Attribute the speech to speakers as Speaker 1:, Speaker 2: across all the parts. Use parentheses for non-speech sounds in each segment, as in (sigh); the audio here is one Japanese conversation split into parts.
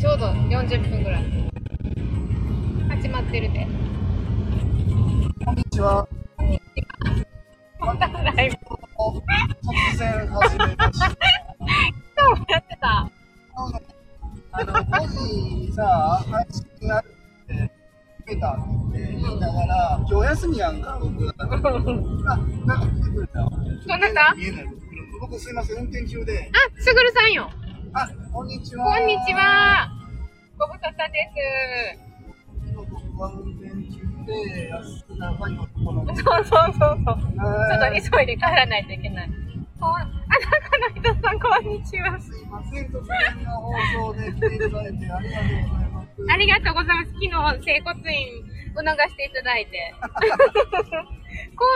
Speaker 1: ちょうど40分ぐらい始まってるで
Speaker 2: こんにちは。
Speaker 1: またライブ
Speaker 2: 突然始めました。
Speaker 1: 今日やってた
Speaker 2: あの、5時さ、配信あるって受けたって言いながら、今日休みやんか、僕。あ、なんか来てくれた。
Speaker 1: どなた
Speaker 2: 見えない。僕すいません、運転中で。
Speaker 1: あすぐるさんよ
Speaker 2: あ、こんにちは。
Speaker 1: こんにち。はご無沙汰で
Speaker 2: 今僕は運転中で、安田が今この。
Speaker 1: すそうそうそうそう
Speaker 2: ちょ
Speaker 1: ちょっと急いで帰らないといけないこんあ中の人さんこんにちは
Speaker 2: すいません、突然の放送で来ていただいてありがとうございます。
Speaker 1: ありがとうございます。昨日、整骨院促していただい (laughs) て。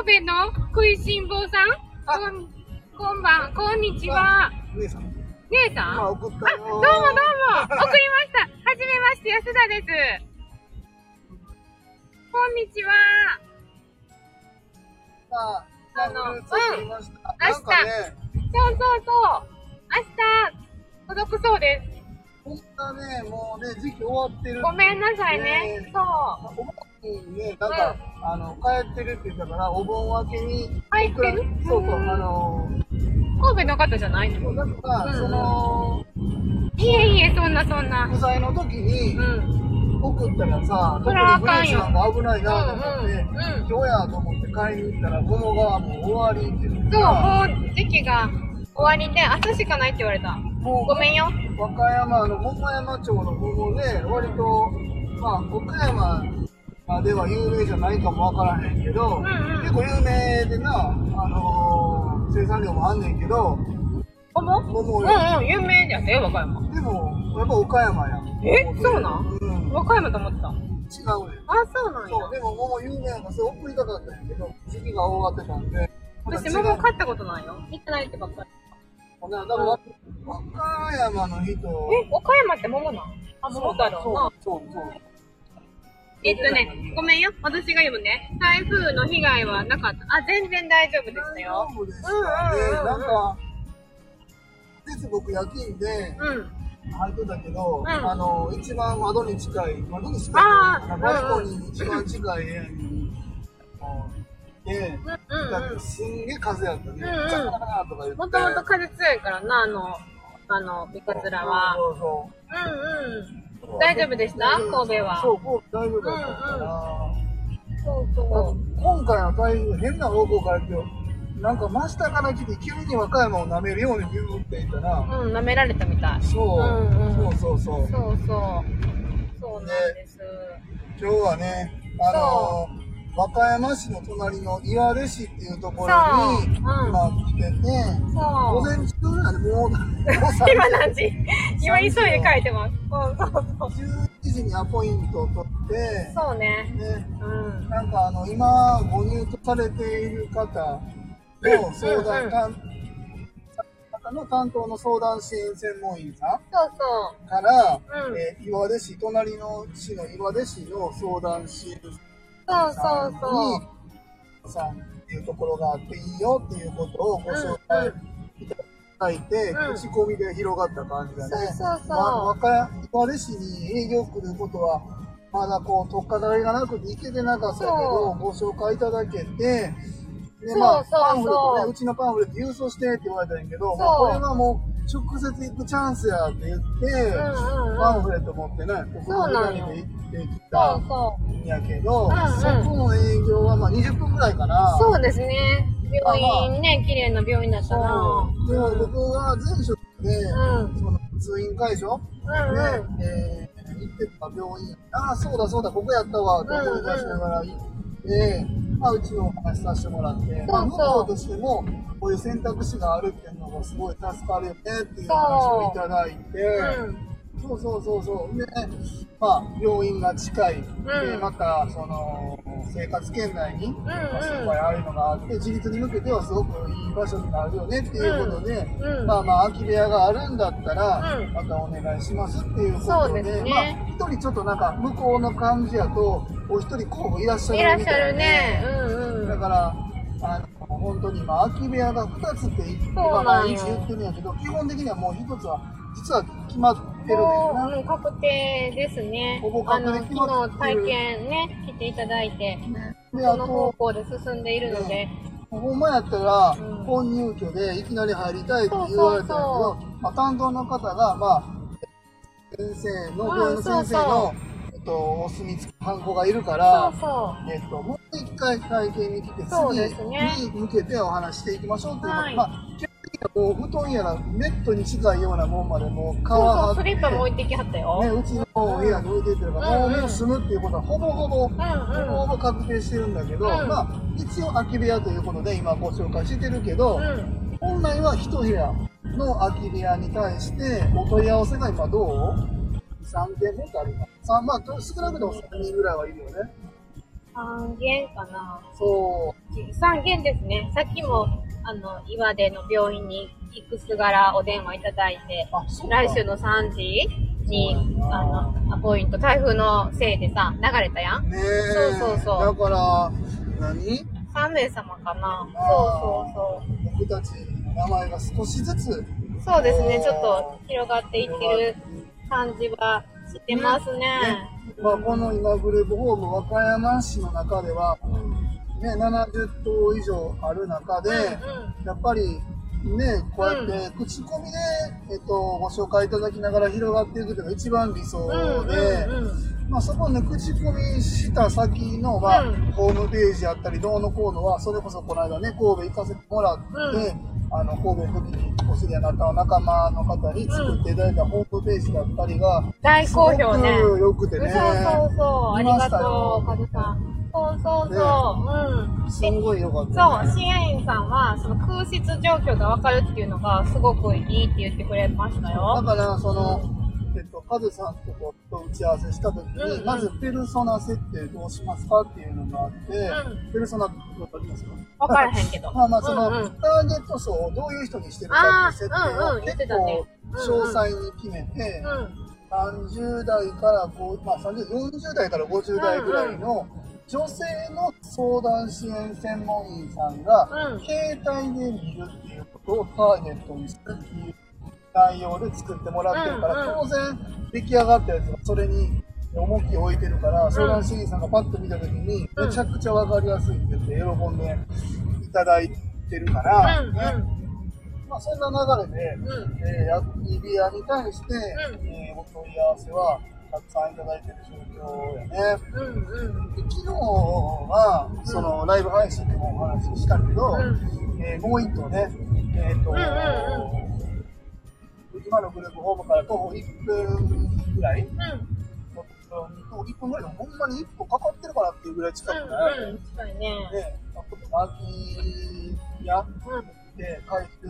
Speaker 1: 神戸の食いしん坊さん
Speaker 2: あ
Speaker 1: こん、こんばん、こんにちは。
Speaker 2: 姉さん、
Speaker 1: 姉さん
Speaker 2: 今
Speaker 1: あ、
Speaker 2: 送っ
Speaker 1: ど
Speaker 2: た
Speaker 1: う
Speaker 2: よ。
Speaker 1: もどうも。送りました。はじめまして、安田です。こんにちは。
Speaker 2: さあ、の、うん、ました。なんかね、
Speaker 1: そうそうそう。明日、届くそうです。
Speaker 2: ほんとね、もうね、時期終わってる。
Speaker 1: ごめんなさいね。
Speaker 2: ね
Speaker 1: そう。
Speaker 2: お盆にね、なんか、あの、帰ってるって言ったから、お盆明けに、
Speaker 1: 入ってる
Speaker 2: そうそう、
Speaker 1: うん
Speaker 2: あの、
Speaker 1: 神戸の方じゃないの
Speaker 2: そうなんか、その、
Speaker 1: いえいえ、そんなそんな
Speaker 2: 不。在の時に
Speaker 1: うん。
Speaker 2: 送ったらさ、特
Speaker 1: そ
Speaker 2: に
Speaker 1: れはあ
Speaker 2: ブレ
Speaker 1: かんよ
Speaker 2: ーキなんか危ないなと思っ
Speaker 1: う
Speaker 2: て、
Speaker 1: んうんうん
Speaker 2: 今日やと思って買いに行ったら、物がもう終わりっていう
Speaker 1: そう、
Speaker 2: か
Speaker 1: もう時期が終わりで、明日しかないって言われた。
Speaker 2: もう
Speaker 1: ごめんよ。
Speaker 2: 和歌山の桃山町の方で割とまあ岡山までは有名じゃないかもわからへんけど、
Speaker 1: んうん
Speaker 2: 結構有名でな、あのー生産量もあんねんけど
Speaker 1: 桃
Speaker 2: 桃
Speaker 1: うん
Speaker 2: よ、
Speaker 1: うん、有名やったよ、和歌山。
Speaker 2: でもやっぱ岡山や
Speaker 1: え
Speaker 2: 桃で
Speaker 1: そうなん
Speaker 2: うん、違うね
Speaker 1: 和歌山と思ってた。あ、そうなん
Speaker 2: そうでも桃有名やからそれ送りたかったんやけど時期が終わってたんで
Speaker 1: 私、
Speaker 2: また違
Speaker 1: 桃
Speaker 2: う
Speaker 1: 買ったことないよ。行ってないってばっかり。
Speaker 2: なんか和和歌山の人
Speaker 1: え、岡山って桃なんあ、桃だろうな。
Speaker 2: そうそうそう
Speaker 1: えっとね、ごめんよ。私が読むね。台風の被害はなかった。あ、全然大丈夫でした
Speaker 2: 大
Speaker 1: よ。
Speaker 2: 丈夫でしたね。
Speaker 1: うんうんうんうん
Speaker 2: なんか、実僕夜勤で
Speaker 1: うん。
Speaker 2: 入ってたけど、
Speaker 1: ん
Speaker 2: あの、一番窓に近い、窓に近
Speaker 1: あー
Speaker 2: い、バルコニーに一番近い部屋に、こういて、
Speaker 1: うん
Speaker 2: だ
Speaker 1: うん
Speaker 2: か
Speaker 1: う
Speaker 2: らすんげえ風やったね。
Speaker 1: ん
Speaker 2: ガラガラガラとか言って。
Speaker 1: ん。もともと風強いからな、あの、あの、ビカツラは。
Speaker 2: そうそう
Speaker 1: うんうん。
Speaker 2: そう
Speaker 1: 大丈夫でした神戸は
Speaker 2: そう、神戸大丈夫だったから。
Speaker 1: そう
Speaker 2: な
Speaker 1: そ
Speaker 2: んか今回の台風、変な方向から来て、なんか真下から来て、急に和歌山を舐めるようにビューっていったら、
Speaker 1: う。うん、舐められたみたい。
Speaker 2: そう、
Speaker 1: うんうん
Speaker 2: そうそ
Speaker 1: そう
Speaker 2: うそう。
Speaker 1: そう。そうなんです。
Speaker 2: 今日はね、あの和歌山市の隣の岩出市っていうところ
Speaker 1: そう
Speaker 2: に、
Speaker 1: うん
Speaker 2: 今来てて、午
Speaker 1: そう。
Speaker 2: 前中ぐらいでもう、もう3
Speaker 1: 今何 (laughs) 時今急いで書いてます。そうそうそう。
Speaker 2: 11時にアポイントを取って、
Speaker 1: そうね。
Speaker 2: ね、
Speaker 1: うん。
Speaker 2: なんかあの、今ご入居されている方の相
Speaker 1: うんうん
Speaker 2: 談担、方の担当の相談支援専門員さ
Speaker 1: そうそ
Speaker 2: んから、
Speaker 1: うん
Speaker 2: えー岩出市、隣の市の岩出市の相談支援
Speaker 1: う。そうそうそう。
Speaker 2: さんっていうところがあっていいよっていうことをご紹介いただいて、
Speaker 1: うん
Speaker 2: 口コミで広がった感じだね。
Speaker 1: そうそうそう
Speaker 2: まあ和歌山市に営業来ることは、まだこう、とっかかりがなくて行けてなかったけ
Speaker 1: そ
Speaker 2: ど、ご紹介いただけて、で、
Speaker 1: そう
Speaker 2: まあ、
Speaker 1: そうそう
Speaker 2: パンフレットね、うちのパンフレット郵送してって言われたんやけど、まあ
Speaker 1: そう
Speaker 2: これはもう、直接行くチャンスやって言って、
Speaker 1: んうんうん
Speaker 2: パンフレット持ってね、送
Speaker 1: そう
Speaker 2: り
Speaker 1: な
Speaker 2: か
Speaker 1: ん
Speaker 2: け
Speaker 1: よ
Speaker 2: て行ってきた。
Speaker 1: そうそ
Speaker 2: やけど、
Speaker 1: うんうん
Speaker 2: そこの営業はまあ20分ぐらいかな。
Speaker 1: う。そうですね。病院ね、綺麗な病院だったな。
Speaker 2: そうでも僕が前職で、
Speaker 1: うん
Speaker 2: その通院会所
Speaker 1: うんうん。
Speaker 2: で、えー行ってた病院、ああ、そうだそうだ、ここやったわ、と思い出しながら行って、まあ、うちのお話しさせてもらって、まあ、
Speaker 1: そうそ
Speaker 2: 向
Speaker 1: う
Speaker 2: こうとしても、こういう選択肢があるっていうのがすごい助かるよねっていう話をいただいて、
Speaker 1: うん。
Speaker 2: そうそうそうそう。で、まあ、病院が近い。で、
Speaker 1: うん
Speaker 2: また、その、生活圏内に、まあ、
Speaker 1: うん
Speaker 2: いあるのがあって、自立に向けてはすごくいい場所になるよねっていうことで、
Speaker 1: うんうん
Speaker 2: まあまあ、空き部屋があるんだったら、
Speaker 1: うん
Speaker 2: またお願いしますっていうこ
Speaker 1: そう
Speaker 2: とで、
Speaker 1: ですね
Speaker 2: まあ、一人ちょっとなんか、向こうの感じやと、お一人候補いらっし
Speaker 1: い
Speaker 2: ゃ
Speaker 1: ら
Speaker 2: る
Speaker 1: っ
Speaker 2: み
Speaker 1: しゃ
Speaker 2: たいな
Speaker 1: るね。うんう
Speaker 2: だ
Speaker 1: ん。
Speaker 2: から、あの本当に今、空き部屋が2つって言って、
Speaker 1: そう
Speaker 2: ま
Speaker 1: な
Speaker 2: あ、
Speaker 1: んよ
Speaker 2: 一言ってるんやけど、基本的にはもう1つは、実は決まっててるんです
Speaker 1: もう、うん、確定ですね。
Speaker 2: ほぼ確定
Speaker 1: あの、
Speaker 2: 決ま
Speaker 1: 昨
Speaker 2: っ
Speaker 1: 日
Speaker 2: てる
Speaker 1: 体験ね、来ていただいて、
Speaker 2: ね。で、あ
Speaker 1: その方
Speaker 2: と、
Speaker 1: 向で進んでいるので、
Speaker 2: ほんまやったら
Speaker 1: うん、
Speaker 2: 本入居でいきなり入りたいって言われたんや
Speaker 1: そ
Speaker 2: け
Speaker 1: う
Speaker 2: ど、まあ、担当の方が、まあ、先生の、病院の先生の、えっと、お墨付き、ハンコがいるから
Speaker 1: そう、そ
Speaker 2: えっと、もう一回体験に来て、
Speaker 1: そうです
Speaker 2: 次
Speaker 1: ね
Speaker 2: に向けてお話していきましょうっていうの
Speaker 1: はい
Speaker 2: まあ、基本的にはもう布団やら、ネットに近いようなもんまでも
Speaker 1: う。
Speaker 2: う
Speaker 1: そう
Speaker 2: 川
Speaker 1: そう、
Speaker 2: があって、
Speaker 1: スリッパも置いてきはったよ。
Speaker 2: ね、うちの部屋に置いていってるから、も
Speaker 1: うん
Speaker 2: う目を住むっていうことはほぼほぼ、
Speaker 1: うん
Speaker 2: ほぼほぼ確定してるんだけど、
Speaker 1: うん
Speaker 2: まあ、一応空き部屋ということで今ご紹介してるけど、
Speaker 1: うん。うん。
Speaker 2: 本来は一部屋の空き部屋に対して、お問い合わせが今どう ?3 件もあるか。三まあ、少なくとも3人ぐらいはいるよね。
Speaker 1: 3軒かな。
Speaker 2: そう。
Speaker 1: 3軒ですね。さっきも、あの、岩手の病院に行くすがらお電話いただいて、
Speaker 2: あ、そうか
Speaker 1: 来週の3時に
Speaker 2: そうや、
Speaker 1: あ
Speaker 2: な
Speaker 1: の、アポイント、台風のせいでさ、流れたやん。
Speaker 2: ねえ。
Speaker 1: そうそうそう
Speaker 2: だから、何
Speaker 1: 3名様かな。
Speaker 2: あ
Speaker 1: そうそうそう。
Speaker 2: 僕たちの名前が少しずつ
Speaker 1: そうですね、
Speaker 2: おー
Speaker 1: ちょっと広がっていってる感じはしてますね。
Speaker 2: まあ、この今グループホーム和歌山市の中では、
Speaker 1: うん、うん、
Speaker 2: ね、70棟以上ある中で、やっぱりね、こうやって口コミで、えっと、ご紹介いただきながら広がっていくというのが一番理想
Speaker 1: うん、うん、
Speaker 2: で、
Speaker 1: うん、
Speaker 2: まあ、そこね、口コミした先の、まあ
Speaker 1: うん
Speaker 2: ホームページやったり、どうのこうのは、それこそこの間ね、神戸行かせてもらって、あの、神戸の時にお知り合いになった仲間の方に作っていただいたホームページだったりが、
Speaker 1: 大
Speaker 2: す
Speaker 1: 好
Speaker 2: ご
Speaker 1: 評ね。
Speaker 2: く良くて
Speaker 1: そう
Speaker 2: ね、
Speaker 1: そうそう、ありがと、
Speaker 2: いうま
Speaker 1: カズ
Speaker 2: したよ
Speaker 1: さん。そうそうそう、うん。
Speaker 2: すごい良かった、
Speaker 1: そう、支援員さんは、その空室状況がわかるっていうのが、すごくいいって言ってくれました
Speaker 2: だ
Speaker 1: よ。
Speaker 2: から、その、えっと、カズさんとこと打ち合わせした時に、
Speaker 1: うんうん
Speaker 2: まずペルソナ設定どうしますかっていうのがあって、
Speaker 1: う
Speaker 2: ペルソナってわかりますか
Speaker 1: わからへんけど。
Speaker 2: まあまあその、
Speaker 1: うんうん
Speaker 2: ターゲット層をどういう人にしてるかっていう設定
Speaker 1: あーうん
Speaker 2: を
Speaker 1: うん言っ
Speaker 2: 結
Speaker 1: てたね
Speaker 2: 構詳細に決めて、
Speaker 1: うん。
Speaker 2: 30代から5、まあ、30 40代から50代ぐらいの女性の相談支援専門員さんが、
Speaker 1: うん
Speaker 2: 携帯で見るっていうことをターゲットにするっていう内容で作ってもらってるから、
Speaker 1: うんうん
Speaker 2: 当然出来上がったやつがそれに重きを置いてるから、相談支援員さんがパッと見た時に、
Speaker 1: うん
Speaker 2: めちゃくちゃわかりやすいって言って喜んでいただいてるから、
Speaker 1: うん、
Speaker 2: ねまあ、そんな流れで、
Speaker 1: うん、うん。
Speaker 2: えー、や指輪に対して、
Speaker 1: う
Speaker 2: えーお問い合わせはたくさんいただいてる状況やね。
Speaker 1: うん、うん。
Speaker 2: で昨日は、そのライブ配信でもお話ししたけど、
Speaker 1: う
Speaker 2: えーもう一頭ね、えっ、と、
Speaker 1: うんうん
Speaker 2: 今のグループホームから徒歩1分ぐらい、
Speaker 1: うん、
Speaker 2: 徒歩1分ぐらいでもほんまに1歩かかってるかなっていうぐらい近くない、
Speaker 1: うん、うん。近いね。
Speaker 2: で、まあちょっとマーキーや
Speaker 1: う
Speaker 2: で回復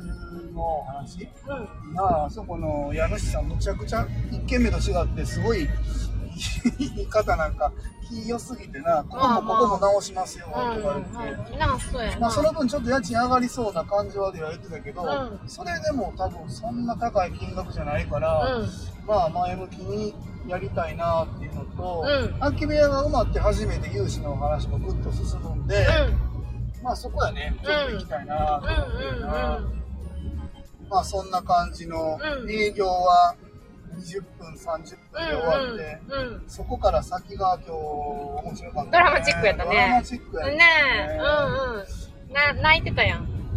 Speaker 2: の話、
Speaker 1: ん、うん。
Speaker 2: まあそこの家主さんむちゃくちゃ1軒目と違ってすごい (laughs) 言い方なんか気良すぎてなここ
Speaker 1: まあ
Speaker 2: も
Speaker 1: まあ
Speaker 2: ここも直しますよと
Speaker 1: う
Speaker 2: か
Speaker 1: ん、
Speaker 2: 言って、
Speaker 1: うん。なあ、そうや
Speaker 2: ま
Speaker 1: な。
Speaker 2: あ、その分ちょっと家賃上がりそうな感じはでは言ってたけど、
Speaker 1: う
Speaker 2: それでも多分そんな高い金額じゃないか
Speaker 1: う
Speaker 2: ら、
Speaker 1: ん、
Speaker 2: まあ前向きにやりたいなっていうのと、
Speaker 1: うん
Speaker 2: 空き部屋が埋まって初めて融資の話もぐっと進むんで、
Speaker 1: うん、
Speaker 2: まあそこはねちょっと行きたいなと思ってるな。
Speaker 1: うん、うん。
Speaker 2: まあそんな感じの
Speaker 1: うん
Speaker 2: 営業は20分30分で終わって、
Speaker 1: うん、うん。
Speaker 2: そこから先が今日面白かった、
Speaker 1: ドラマチックやったね
Speaker 2: ドラマチックやった
Speaker 1: ねえ、うん、うん。な、泣いてたやん。泣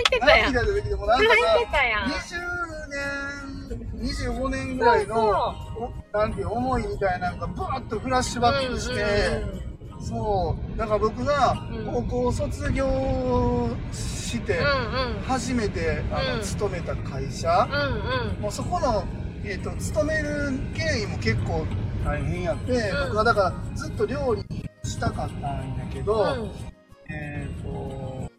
Speaker 1: いてたやん。
Speaker 2: 泣
Speaker 1: 泣い
Speaker 2: いてたけどもなんか
Speaker 1: て
Speaker 2: さ
Speaker 1: たやん。
Speaker 2: 20年25年ぐらいの
Speaker 1: そう
Speaker 2: おなんていう思いみたいなのがバーッとフラッシュバックして、そうだから僕が
Speaker 1: うん
Speaker 2: 高校卒業して
Speaker 1: うん、うん。
Speaker 2: 初めてあの、
Speaker 1: うん
Speaker 2: 勤めた会社、
Speaker 1: うんうん
Speaker 2: もうそこの、えー、と勤める経緯も結構大変やって、
Speaker 1: ん
Speaker 2: 僕はだからずっと料理したかったんやけど、
Speaker 1: うんうん
Speaker 2: えっ、と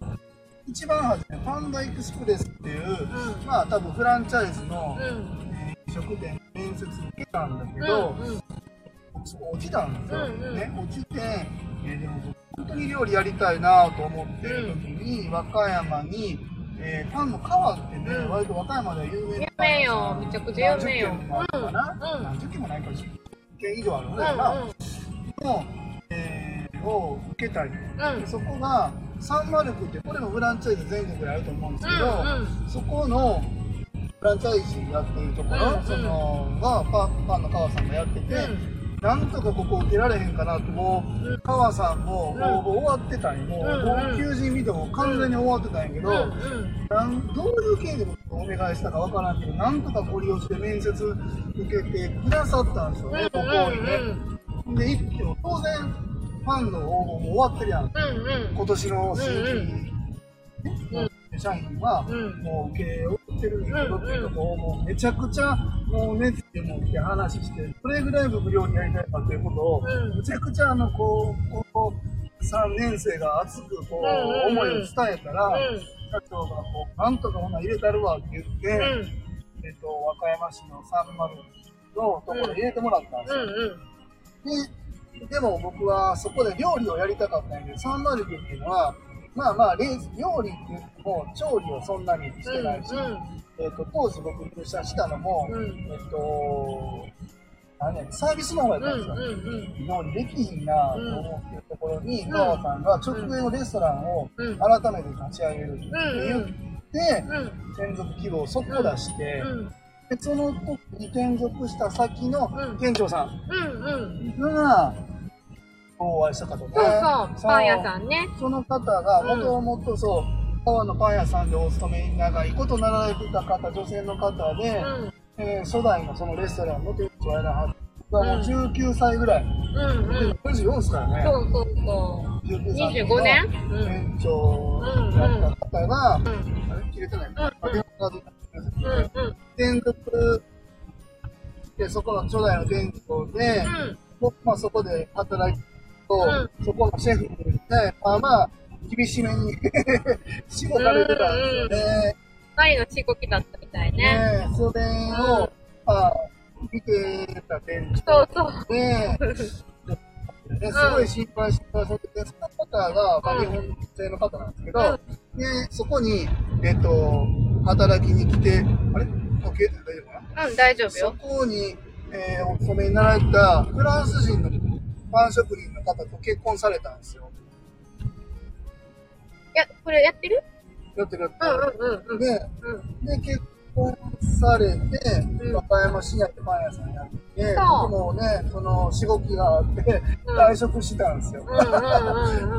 Speaker 2: 一番初めパンダエクスプレスっていう、まあ多分フランチャイズの
Speaker 1: う、ん
Speaker 2: えー飲食店の面接受けたんだけど、
Speaker 1: うんうん
Speaker 2: そこ落ちたんですよ、
Speaker 1: うんうん
Speaker 2: ね、落ちて、えーでも僕本当に料理やりたいなと思ってる時に、和歌山に、えーパンの川ってね、
Speaker 1: うん
Speaker 2: 割と和歌山では有名な
Speaker 1: 有名よめちゃくちゃ有名よ
Speaker 2: 何十軒もあるのかな、
Speaker 1: うんうん
Speaker 2: 何十軒もないか10軒以上あるの
Speaker 1: う
Speaker 2: かな、
Speaker 1: ん
Speaker 2: の、えーを受けたり、
Speaker 1: うん
Speaker 2: でそこがサンマルクってこれもフランチャイズ全国であると思うんですけど、
Speaker 1: うん
Speaker 2: そこのフランチャイズやってるところ、
Speaker 1: うんうん
Speaker 2: そのがパンパンの川さんがやってて、
Speaker 1: うん
Speaker 2: なんとかここ受けられへんかなってもう、
Speaker 1: うん
Speaker 2: 川さんも
Speaker 1: うん
Speaker 2: もう終わってたんやも
Speaker 1: う
Speaker 2: う、
Speaker 1: んうん
Speaker 2: もう求人見ても完全に終わってたんやけ
Speaker 1: う
Speaker 2: ど、なんどういう経緯でお願いしたかわからんけどなんとかご利用して面接受けてくださったんですよね、ここにね。で行っても当然ファンの応募も終わってるやん今年の新規、
Speaker 1: うん
Speaker 2: 社員は、
Speaker 1: うん
Speaker 2: もう受け負ってるんやけど
Speaker 1: う
Speaker 2: っ
Speaker 1: ん
Speaker 2: ていうところをもうめちゃくちゃもう熱でもって話してそれぐらい僕料理やりたいかっていうことを、
Speaker 1: うん
Speaker 2: めちゃくちゃあのこうこう3年生が熱くこ
Speaker 1: うん
Speaker 2: う、
Speaker 1: うんうん
Speaker 2: 思いを伝えたら、社長がこうなんとかほな入れたるわって言って、えっと和歌山市の三丸のところに入れてもらったんですよ、ででも僕はそこで料理をやりたかったんやけど309っていうのはまあまあレーズ料理って言っても調理をそんなにしてないし、えっと当時僕入社したのも、
Speaker 1: うん
Speaker 2: えっと何やサービスの方やったんですよ、料理できひんなと思ってるところに、
Speaker 1: うん
Speaker 2: 川さんが直営のレストランを
Speaker 1: うん
Speaker 2: 改めて立ち上げるって言って、転属希望をそこ出して、でその時に転属した先の
Speaker 1: うん
Speaker 2: 店長さん、が、お会いした方で、その方が、もともとそう、川のパン屋さんでお勤めに長いことなられてた方、女性の方で、えー初代のそのレストランの店長をやらはったもう19歳ぐらい、24ですからね、19歳の
Speaker 1: 25年うん
Speaker 2: 店長だった方が、あれ切れてないか、
Speaker 1: うん
Speaker 2: あ電話が出てない転属で、そこの初代の店長で、僕まあ、そこで働くと、
Speaker 1: う
Speaker 2: そこのシェフに、ね、まあまあ、厳しめに仕事されてたんですよね。ねそれを、まあ、見てた店長で、ね、すごい心配してくださってて、その方が、まあ、
Speaker 1: うん
Speaker 2: 日本製の方なんですけど、で、そこに、えっと、働きに来て、あれもう携帯大丈夫かなそこに、えーお勤めになられたフランス人のパン職人の方と結婚されたんですよ。やってるやってるで、で、結婚されて、
Speaker 1: うん
Speaker 2: 和歌山市内でパン屋さんやってて、で
Speaker 1: そう
Speaker 2: もね、その、しごきがあって、
Speaker 1: うん
Speaker 2: 退職したんですよ。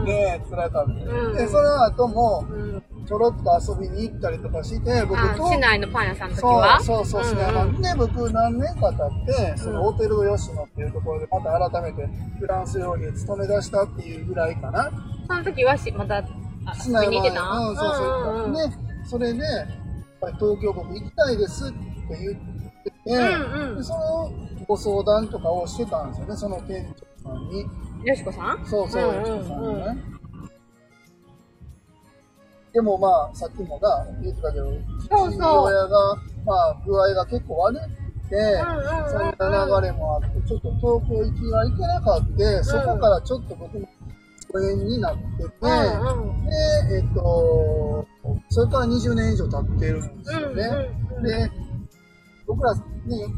Speaker 2: ねえ、辛かっ
Speaker 1: う
Speaker 2: た。
Speaker 1: ん
Speaker 2: で、その後も、ちょろっと遊びに行ったりとかして、僕と、そうそうそう、品川で、僕何年か経って、そのオテル・ヨシノっていうところで、また改めてフランス料理に勤め出したっていうぐらいかな。
Speaker 1: その時はし、まだ、あ、
Speaker 2: 室内
Speaker 1: 見に行ってた
Speaker 2: うん、そうそう。
Speaker 1: んんん
Speaker 2: ね、それで、やっぱり東京僕行きたいですって言ってて、
Speaker 1: うんうん
Speaker 2: でそのご相談とかをしてたんですよね、その店長さんに。
Speaker 1: よしこさん
Speaker 2: そうそう、
Speaker 1: ん
Speaker 2: 吉
Speaker 1: ん
Speaker 2: 子さんにね。でもまあ、さっきもな、言ってたけど、
Speaker 1: そう
Speaker 2: 父親が、まあ、具合が結構悪くて、
Speaker 1: んうん
Speaker 2: そんな流れもあって、ちょっと東京行きは行けなかった、そこからちょっと僕も疎遠になってて、
Speaker 1: うんうん
Speaker 2: で、えっと、それから20年以上経ってるんですよね。
Speaker 1: うんうん
Speaker 2: で、僕らね、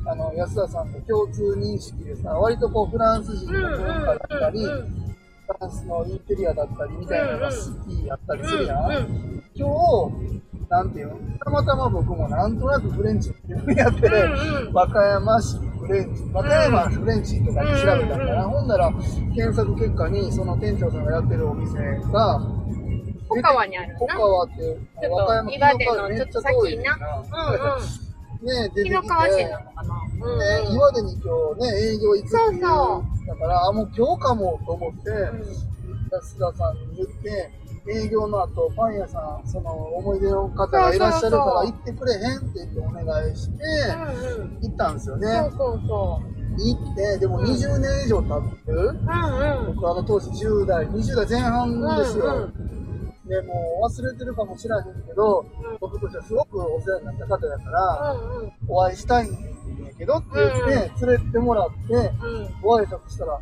Speaker 2: あの、安田さんと共通認識でさ、割とこう、フランス人の文化だったり、
Speaker 1: うんうんうん
Speaker 2: フランスのインテリアだったりみたいなのが好きやったりするやん。
Speaker 1: うん
Speaker 2: 今日、なんていうのたまたま僕もなんとなくフレンチっていうのやってて、
Speaker 1: うんうん
Speaker 2: 和歌山市フレンチ、和歌山フレンチとかに調べたんだな。
Speaker 1: うん
Speaker 2: ほんなら、検索結果にその店長さんがやってるお店が、
Speaker 1: 小川にあるな
Speaker 2: 小川って、
Speaker 1: ち
Speaker 2: 和歌
Speaker 1: ょっ
Speaker 2: 山
Speaker 1: と岩手のちょっと先にな。
Speaker 2: なね出
Speaker 1: うんう
Speaker 2: て
Speaker 1: ん。紀
Speaker 2: きて
Speaker 1: の川市なのかな。うんうん
Speaker 2: ね、岩手に今日ね、営業行くっていう。
Speaker 1: そ
Speaker 2: だから、あ、もう今日かもと思って、
Speaker 1: う
Speaker 2: 安田さんに言って、営業の後、パン屋さん、その思い出の方がいらっしゃるから
Speaker 1: そうそうそう
Speaker 2: 行ってくれへんって言ってお願いして、
Speaker 1: んうん。
Speaker 2: 行ったんですよね。
Speaker 1: そうそうそう。
Speaker 2: 行って、でも
Speaker 1: うん
Speaker 2: 20年以上経ってる、
Speaker 1: うんうん。
Speaker 2: 僕あの当時10代、20代前半ですよ。
Speaker 1: うんう
Speaker 2: でもう忘れてるかもしれないけど、
Speaker 1: うん
Speaker 2: 僕としてはすごくお世話になった方だから、
Speaker 1: うんうん。
Speaker 2: お会いしたいんやけどって言って、連れてもらって、
Speaker 1: うん。
Speaker 2: ご挨拶したら、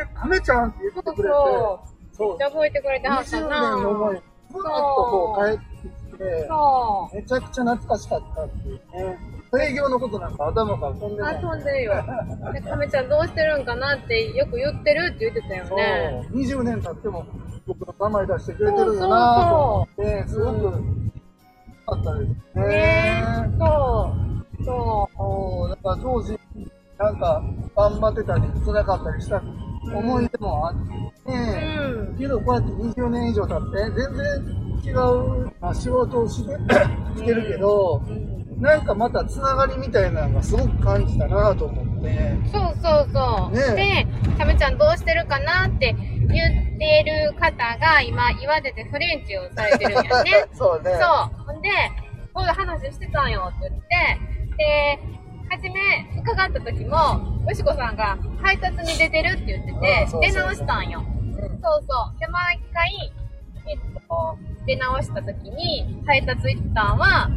Speaker 2: え、カメちゃんって言ってくれて、
Speaker 1: そう
Speaker 2: そう
Speaker 1: めっちゃ覚えてくれてはった
Speaker 2: 20
Speaker 1: な。
Speaker 2: 年の思い、ずーっとこう帰ってきて、
Speaker 1: そ
Speaker 2: めちゃくちゃ懐かしかったっていうね。営業のことなんか頭から飛んで
Speaker 1: う。
Speaker 2: ない。
Speaker 1: 遊んでるよ。で亀ちゃんどうしてるんかなってよく言ってるって言ってたよ
Speaker 2: そう
Speaker 1: ね。
Speaker 2: 20年経っても僕の名前出してくれてるんだなと思って、す
Speaker 1: そう
Speaker 2: ご
Speaker 1: そう
Speaker 2: く良かったですね。
Speaker 1: ねえ、そう。そ
Speaker 2: そう、なんか常時、なんか、頑張ってたり、辛かったりした思い出もあっ
Speaker 1: う。
Speaker 2: て、
Speaker 1: うん。
Speaker 2: けどこうやって20年以上経って、全然違う、まあ、仕事をして (coughs) してるけど、なんかまたつながりみたいなのがすごく感じたなと思って、
Speaker 1: そうそうそう。
Speaker 2: ね
Speaker 1: で、サメちゃんどうしてるかなって言ってる方が今、岩手でフレンチをされてるんやね。
Speaker 2: そうね。
Speaker 1: そう。ほんで、こういう話してたんよって言って、で、初め伺った時も、よしこさんが配達に出てるって言って
Speaker 2: あそうそう
Speaker 1: て、出
Speaker 2: そう
Speaker 1: 直したんよ。
Speaker 2: うん
Speaker 1: そうそう。で、毎回、えっと、出直した時に、配達行ったんは、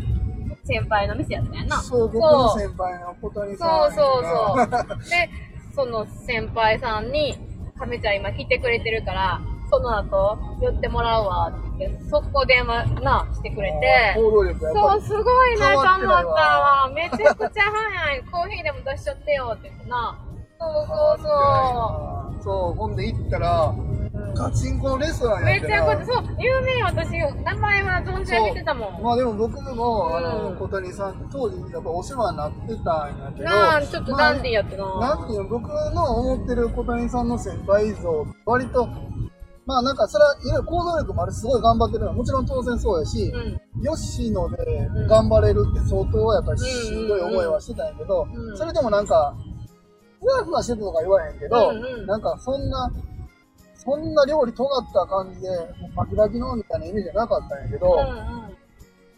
Speaker 1: 先輩の店やったんやな。
Speaker 2: そう、僕の先輩の小谷
Speaker 1: そ
Speaker 2: さん。
Speaker 1: う
Speaker 2: (laughs)
Speaker 1: そうそう。で、その先輩さんに、亀ちゃん今来てくれてるから、その後、寄ってもらうわって言って、そこ電話な、してくれて。
Speaker 2: 行動力やっぱ
Speaker 1: そう、
Speaker 2: り。
Speaker 1: すごいなと思った
Speaker 2: 変わってないわ
Speaker 1: わ。めちゃくちゃ早い。コーヒーでも出しちゃってよって言ってな。そうそうそ
Speaker 2: そう。そう、ほんで行ったら、ガチンコのレストラ
Speaker 1: う。
Speaker 2: ンや
Speaker 1: め
Speaker 2: って
Speaker 1: ち
Speaker 2: な
Speaker 1: ゃくちゃ、そう、有名私、名前は存じ上げてたもん。
Speaker 2: まあでも僕も、あの、
Speaker 1: うん
Speaker 2: 小谷さん、当時やっぱお世話になってたんやけど、
Speaker 1: なあ、ちょっとダンディーやった
Speaker 2: まあなん
Speaker 1: な
Speaker 2: て。いうの、僕の思ってる小谷さんの先輩像、割と、まあなんかそれは、いろいろ行動力もあるし、すごい頑張ってるのはもちろん当然そうやし、
Speaker 1: うん。
Speaker 2: 吉野で
Speaker 1: ん
Speaker 2: 頑張れるって相当やっぱりしんどい思いはしてたんやけど、
Speaker 1: うんうん
Speaker 2: それでもなんか、ふわふわしてるとか言わへんけど、
Speaker 1: うんうん
Speaker 2: なんかそんな、そんな料理尖った感じで、バキバキのみたいな意味じゃなかったんやけど、
Speaker 1: うんうん。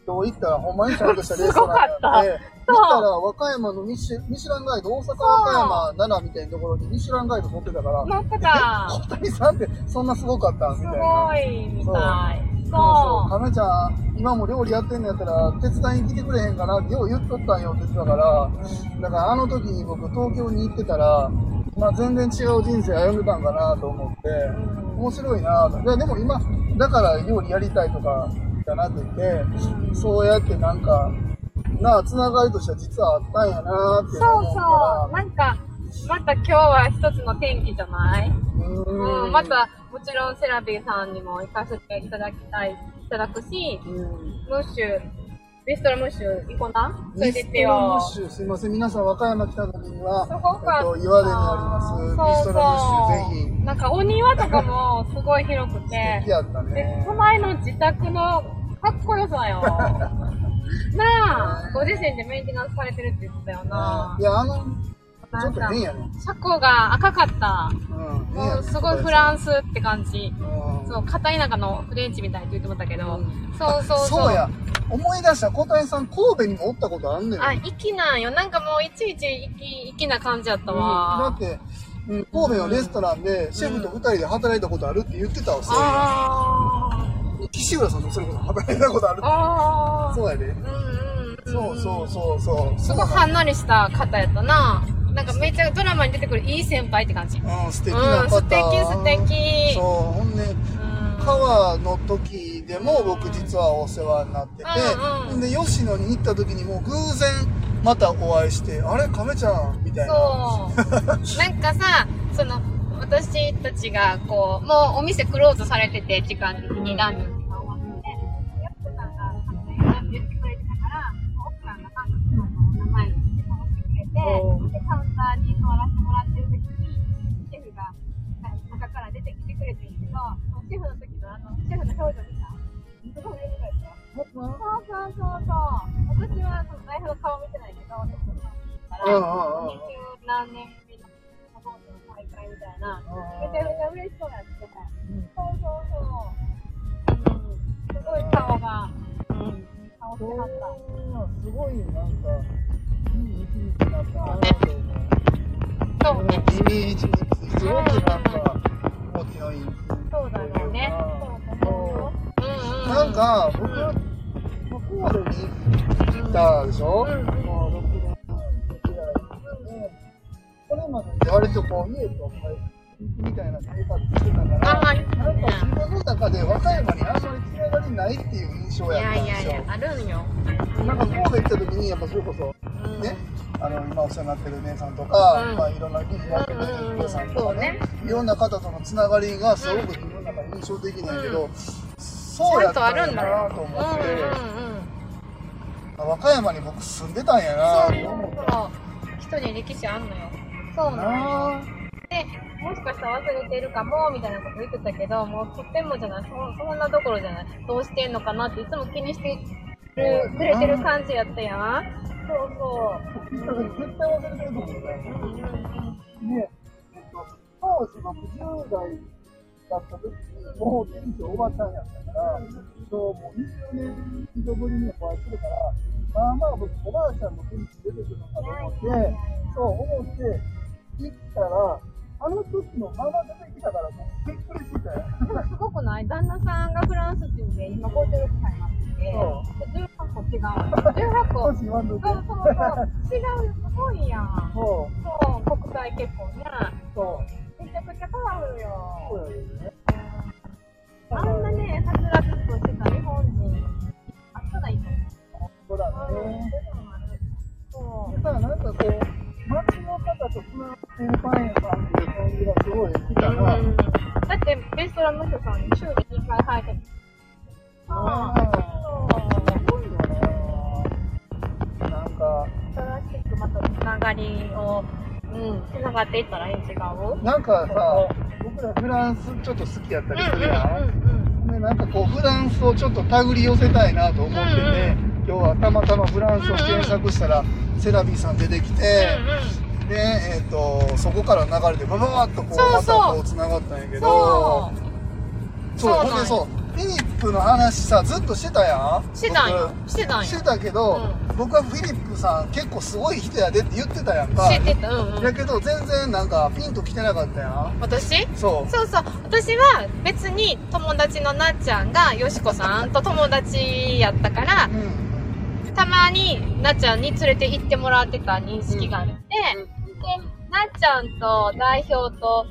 Speaker 2: どう行ったらほんまにちゃんとしたレストランやって、
Speaker 1: そう
Speaker 2: 行ったら和歌山のミシュミシュランガイド、大阪和歌山奈良みたいなところにミシュランガイド持ってたから、
Speaker 1: 乗ってた。
Speaker 2: 小谷さんってそんなすごかったみ
Speaker 1: す
Speaker 2: たいな。
Speaker 1: ごいみたい。
Speaker 2: そうそ、
Speaker 1: そう
Speaker 2: 亀ちゃん、今も料理やってんのやったら、手伝いに来てくれへんかなってよう言っとったんよって言ってたから、だからあの時に僕、東京に行ってたら、まあ、全然違う人生歩んでたんかなと思って、
Speaker 1: ん
Speaker 2: 面白いなと。ででも今、だから料理やりたいとかだなって言って、
Speaker 1: う。そう
Speaker 2: そうやってなんか、なあ、つながりとしては実はあったんやなって
Speaker 1: そう。
Speaker 2: 思うか
Speaker 1: な
Speaker 2: ら。
Speaker 1: んか、また今日は一つの天気じゃない
Speaker 2: そうそう
Speaker 1: うんん、ま、た、もちろんセラビーさんにも行かせていただきたい、いただくし、
Speaker 2: うん
Speaker 1: ムッシュ、ビストロムッシュ行こうな。それ
Speaker 2: ミ
Speaker 1: でっ
Speaker 2: ス
Speaker 1: て
Speaker 2: トラム
Speaker 1: よ
Speaker 2: ッ。シュ、すいません、皆さん和歌山来た時には、
Speaker 1: すごかった。
Speaker 2: えっと、岩手にあります、ミストラムッシュ、ぜひ。
Speaker 1: ひ。なんかお庭とかもすごい広く
Speaker 2: 好
Speaker 1: て
Speaker 2: (laughs) き、やった
Speaker 1: で
Speaker 2: ね、。
Speaker 1: 隣の自宅のかっこよさ
Speaker 2: (laughs)。
Speaker 1: よ。なあ、ご自身でメンテナンスされてるって言ってたよない
Speaker 2: や、あの、ちょ
Speaker 1: な
Speaker 2: っ
Speaker 1: ん
Speaker 2: と
Speaker 1: か
Speaker 2: 変やね。
Speaker 1: 車庫が赤かった。
Speaker 2: うん、変
Speaker 1: も
Speaker 2: やね
Speaker 1: うすごいフランスって感じ。
Speaker 2: うん
Speaker 1: そう、片田舎のフレンチみたいって言ってもらったけど、
Speaker 2: うん
Speaker 1: そうそうそう。
Speaker 2: そうや。思い出した、小谷さん、神戸にもおったことあんのよ。
Speaker 1: あ、粋なんよ。なんかもういちいち粋、粋な感じやっ
Speaker 2: う
Speaker 1: た
Speaker 2: ん
Speaker 1: わ。
Speaker 2: だって、うん神戸のレストランで、シェフと二人で働いたことあるって言ってたわ、そういや
Speaker 1: あ
Speaker 2: 岸浦さんとそれこそ働いたことある
Speaker 1: あ。ああ。
Speaker 2: そうやで。
Speaker 1: うんうんうん。
Speaker 2: そうそうそうそう。
Speaker 1: すごいはんなりした方やったな。なんかめっちゃドラマに出てくるいい先輩って感じ。
Speaker 2: うん、素敵
Speaker 1: う
Speaker 2: なん方。
Speaker 1: 素敵素敵
Speaker 2: そう、ほんで、
Speaker 1: うん
Speaker 2: 川の時でも僕実はお世話になってて、
Speaker 1: うんうん
Speaker 2: で吉野に行った時にも偶然またお会いして「あれ亀ちゃん」みたいな
Speaker 1: そう。なんかさ、その、私たちが、こう、もうお店クローズされてて、時間的にランチの時間終わって、やっこさんが、ランチ言ってくれてたから、奥さんが彼女の名前を言って直して
Speaker 2: お
Speaker 1: くれて、で、カウンターに座らせてもらってる時に、シェフが、な中から出てきてくれてるけど、シェフの時のあの、シェフの表情見たすごい嬉しかったよ。そうそうそうそう。私はその財布の顔見てないけど、私の顔見てたから、
Speaker 2: うんうんう
Speaker 1: 二
Speaker 2: ん
Speaker 1: 十何年ぶりのサポートの大会みたいな、めちゃめちゃ嬉しそうやってた。そうそうそう。うん、すごい顔が、うん、顔してはった。
Speaker 2: すごいなんかいい一日になったなと思
Speaker 1: そうね。
Speaker 2: ういい一日すごくなんか気持ちのいい
Speaker 1: そうだろうね。
Speaker 2: そ
Speaker 1: そうだね。うんうん。
Speaker 2: なん、か僕
Speaker 1: うん
Speaker 2: まあ神戸に行ったでしょ、
Speaker 1: うん
Speaker 2: もう6年ぐらいでこれまでって割とこう家とかみたいな生活してたから
Speaker 1: あ、はい。
Speaker 2: なんか自分の中で和歌山にあんまりつながりないっていう印象
Speaker 1: い
Speaker 2: やっ
Speaker 1: や
Speaker 2: た
Speaker 1: い
Speaker 2: んで
Speaker 1: や
Speaker 2: す
Speaker 1: い
Speaker 2: よ。
Speaker 1: や、あるんよ。
Speaker 2: なんか神戸行った時にやっぱそれこそ
Speaker 1: うん
Speaker 2: ね、あの今お世話になってる姉さんとか、
Speaker 1: うん
Speaker 2: まあいろんな人になってる
Speaker 1: うんうん
Speaker 2: 姉さんとかね、いろんな方とのつながりがすごく自分の中で印象的なんやけど、
Speaker 1: ち
Speaker 2: そう
Speaker 1: ゃ
Speaker 2: や
Speaker 1: ん
Speaker 2: っ
Speaker 1: とあ
Speaker 2: た
Speaker 1: る
Speaker 2: ん
Speaker 1: ん
Speaker 2: だ
Speaker 1: だ
Speaker 2: な
Speaker 1: よ。
Speaker 2: と
Speaker 1: うん
Speaker 2: 思って、
Speaker 1: うんうん。
Speaker 2: 和歌山に僕住んでたんやな
Speaker 1: そう
Speaker 2: と思っ
Speaker 1: そうそう。人に歴史あんのよ。そう
Speaker 2: た
Speaker 1: なのよ。
Speaker 2: な
Speaker 1: で、もしかしたら忘れてるかも、みたいなこと言ってたけど、もうとてもじゃない、そそんなどころじゃない。どうしてんのかなっていつも気にしてるくれてる感じやったやん。そうそう。
Speaker 2: 絶対忘れてると思うんだよね
Speaker 1: うんうんうん。
Speaker 2: ねえっと、当時僕10代だった時に、もう店長おばちゃんやったから、そうもう20年以上ぶりにお会いするから、まあまあ僕おばあちゃんの現地出てくるのかと思って、そう思って行ったら、あの時のまま出てきたから、もうびっくりしてたよ。
Speaker 1: でもすごくない旦那さんがフランス人で、今56歳になってて、
Speaker 2: そ
Speaker 1: で18個違う。18個。 (laughs)
Speaker 2: 少し言わんといて
Speaker 1: そうそうそう。違うよ、すごいやん。
Speaker 2: そう、
Speaker 1: そう、国際結婚ね。
Speaker 2: そう、
Speaker 1: めちゃくちゃパワフル
Speaker 2: そう
Speaker 1: よ。
Speaker 2: やね。
Speaker 1: あんなね、はつらつとしてた日本人、あったないと
Speaker 2: そうだ
Speaker 1: 思う。うん、
Speaker 2: ね。
Speaker 1: そう
Speaker 2: だからなんかこう、街の方とつながってるパン屋さんっていう感じがすごいしてたな。
Speaker 1: うんだって、レストランの人さん、週で2回入って
Speaker 2: あ
Speaker 1: あ
Speaker 2: あ。す
Speaker 1: そう。
Speaker 2: ごいよな。なんか、
Speaker 1: 新しくまたつながりを、うん、つながっていったらいいん違う
Speaker 2: なんかさ、僕らフランスちょっと好きやったりするや
Speaker 1: うんうんうんうん。
Speaker 2: ん。ね、なんかこう、フランスをちょっと手繰り寄せたいなと思ってね、今日はたまたまフランスを検索したら、セラビーさん出てきて、で、えっ、と、そこから流れでバババッとこう、
Speaker 1: そうそう
Speaker 2: またこう、繋がったんやけ
Speaker 1: うん。そ
Speaker 2: ど、そう、
Speaker 1: そうなん
Speaker 2: ほんでそう、フィリップの話さ、ずっとしてたやん
Speaker 1: う。してたんよ。してたん
Speaker 2: 僕
Speaker 1: よ。
Speaker 2: してたけど、
Speaker 1: う
Speaker 2: 僕はフィリップさん結構すごい人やでって言ってたやんか。
Speaker 1: 知ってた。うんう
Speaker 2: や
Speaker 1: ん。
Speaker 2: けど全然なんかピンと来てなかったやん
Speaker 1: 私
Speaker 2: そう
Speaker 1: そうそう。私は別に友達のなっちゃんがよしこさんと友達やったから、
Speaker 2: うん
Speaker 1: たまになっちゃんに連れて行ってもらってた認識があって、で、なっちゃんと代表と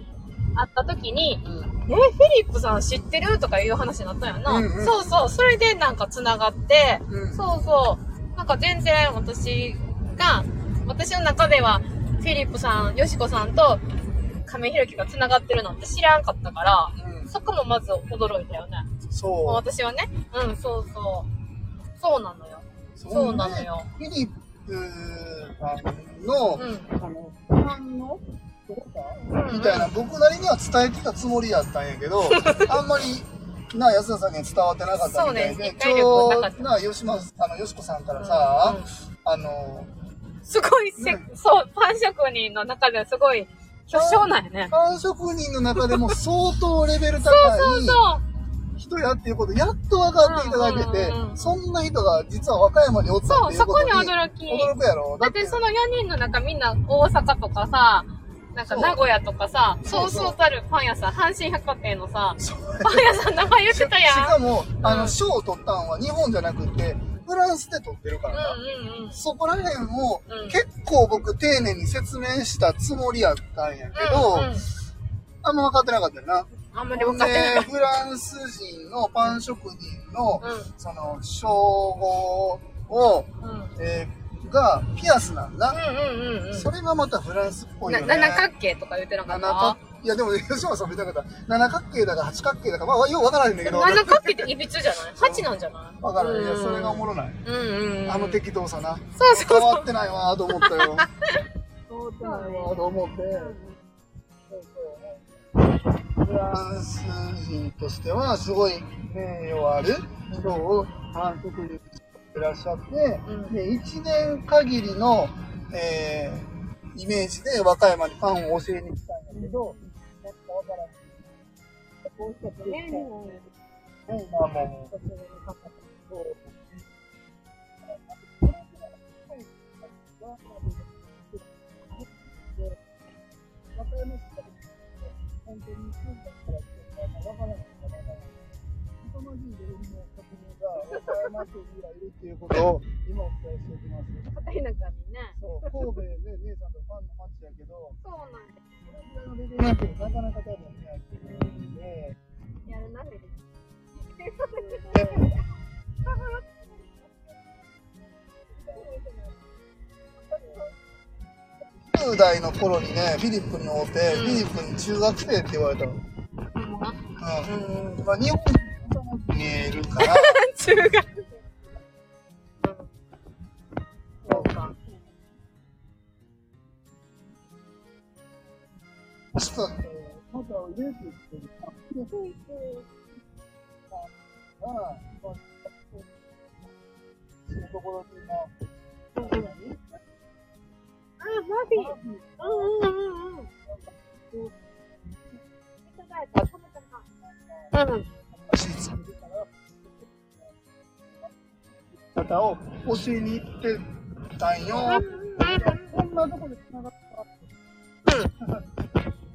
Speaker 1: 会った時に、
Speaker 2: うん
Speaker 1: え、フィリップさん知ってるとかいう話になったんやな。
Speaker 2: うんうん
Speaker 1: そうそう。それでなんか繋がって、
Speaker 2: うん
Speaker 1: そうそう。なんか全然私が、私の中では、フィリップさん、よしこさんと亀井宏樹が繋がってるなんて知らんかったから、
Speaker 2: うん
Speaker 1: そこもまず驚いたよね。
Speaker 2: そ
Speaker 1: 私はね。うん、そうそう。そうなのよ。
Speaker 2: う
Speaker 1: そうなのよ。
Speaker 2: フィリップさんの、
Speaker 1: うん。
Speaker 2: あの不安のど
Speaker 1: うん、
Speaker 2: うみたいな僕なりには伝えてたつもりやったんやけど
Speaker 1: (laughs)
Speaker 2: あんまりな安田さんには伝わってなかったみたい
Speaker 1: そうね
Speaker 2: で
Speaker 1: 理解力なかった
Speaker 2: 今日な吉松あのよしこさんからさ、
Speaker 1: うんうん
Speaker 2: あの
Speaker 1: すごいせ、
Speaker 2: う
Speaker 1: そう、パン職人の中ではすごい巨匠なんやね。
Speaker 2: パン職人の中でも相当レベル高い
Speaker 1: そうそう。
Speaker 2: 人やっていうことやっと分かっていただけて、
Speaker 1: うんうんうん
Speaker 2: そんな人が実は和歌山におった
Speaker 1: そ
Speaker 2: っ
Speaker 1: う、
Speaker 2: てい
Speaker 1: そう
Speaker 2: こ
Speaker 1: こと
Speaker 2: に
Speaker 1: に驚き。
Speaker 2: 驚くやろ
Speaker 1: だってその4人の中みんな大阪とかさ、なんか名古屋とかさ、
Speaker 2: そ
Speaker 1: そうう
Speaker 2: そう
Speaker 1: そうたるパン屋さん、阪神百貨店のさ、
Speaker 2: そう (laughs)
Speaker 1: パン屋さん名前言ってた
Speaker 2: し
Speaker 1: や
Speaker 2: か
Speaker 1: ん。
Speaker 2: もあの
Speaker 1: うん
Speaker 2: 賞を取ったんは日本じゃなくてフランスで取ってるからな、
Speaker 1: うんうんうん。
Speaker 2: そこら辺を
Speaker 1: うん
Speaker 2: 結構僕丁寧に説明したつもりやったんやけ
Speaker 1: う
Speaker 2: ど、
Speaker 1: んうん
Speaker 2: あんま分かってなかったよな
Speaker 1: あんまり分かってなかっ
Speaker 2: でフランス人のパン職人の、
Speaker 1: た。
Speaker 2: その称号を、
Speaker 1: うん。うん。
Speaker 2: えーがピアスなんだ、
Speaker 1: うんうんうんうん。
Speaker 2: それがまたフランスっぽいよ
Speaker 1: な
Speaker 2: ね。
Speaker 1: 七角形とか言ってなかっ
Speaker 2: 七角
Speaker 1: た
Speaker 2: いやでも (laughs) 吉村さん見たかった七角形だか八角形だか、まあ、ようわからないんだけど
Speaker 1: 七角形っていびつじゃない八なんじゃない
Speaker 2: わからないいや
Speaker 1: うん
Speaker 2: それがおもろない、
Speaker 1: うんうんうん。
Speaker 2: あの適当さな
Speaker 1: そうそう
Speaker 2: 変
Speaker 1: そう。
Speaker 2: わってないわーと思ったよ変わって
Speaker 1: ないわー
Speaker 2: と思ってフランス人としてはすごい名誉ある人を監督にしてらっしゃって、
Speaker 1: うん
Speaker 2: で1年限りの、えーイメージで和歌山にパンを教えに来たんだけど、なんかわからん
Speaker 1: そうそうね日本に
Speaker 2: ね、まあもう、
Speaker 1: 特に良かった
Speaker 2: 和歌山市から本当に住んだからっていうか、まあ、わからないからね、凄まじいレベルの職人が和歌山県にはいるっていうことを今お伝えしておきます。
Speaker 1: 片田舎にね。
Speaker 2: そう、神戸ね、姉さんとファンの街やけど、
Speaker 1: そうなんで
Speaker 2: そのぐらいのレベルってなかなか多分ね、やってるんで、
Speaker 1: す。やるなめです。
Speaker 2: 10代の頃にね、フィリップに会うて、
Speaker 1: うん
Speaker 2: フィリップに中学生って言われたの。
Speaker 1: う
Speaker 2: うんん。まあ、日本に見えるから、
Speaker 1: 中学。
Speaker 2: ちょっと、えー、また入れて言ってる。で、で、まあ、まあ、まあ、そのところに、まあ、どこなに
Speaker 1: あ、マフィン。うんうんうんうん。人がやったら食べたかな。うん。
Speaker 2: 足つけるから、方を教えに行ってたんよ。こんなとこで繋がった。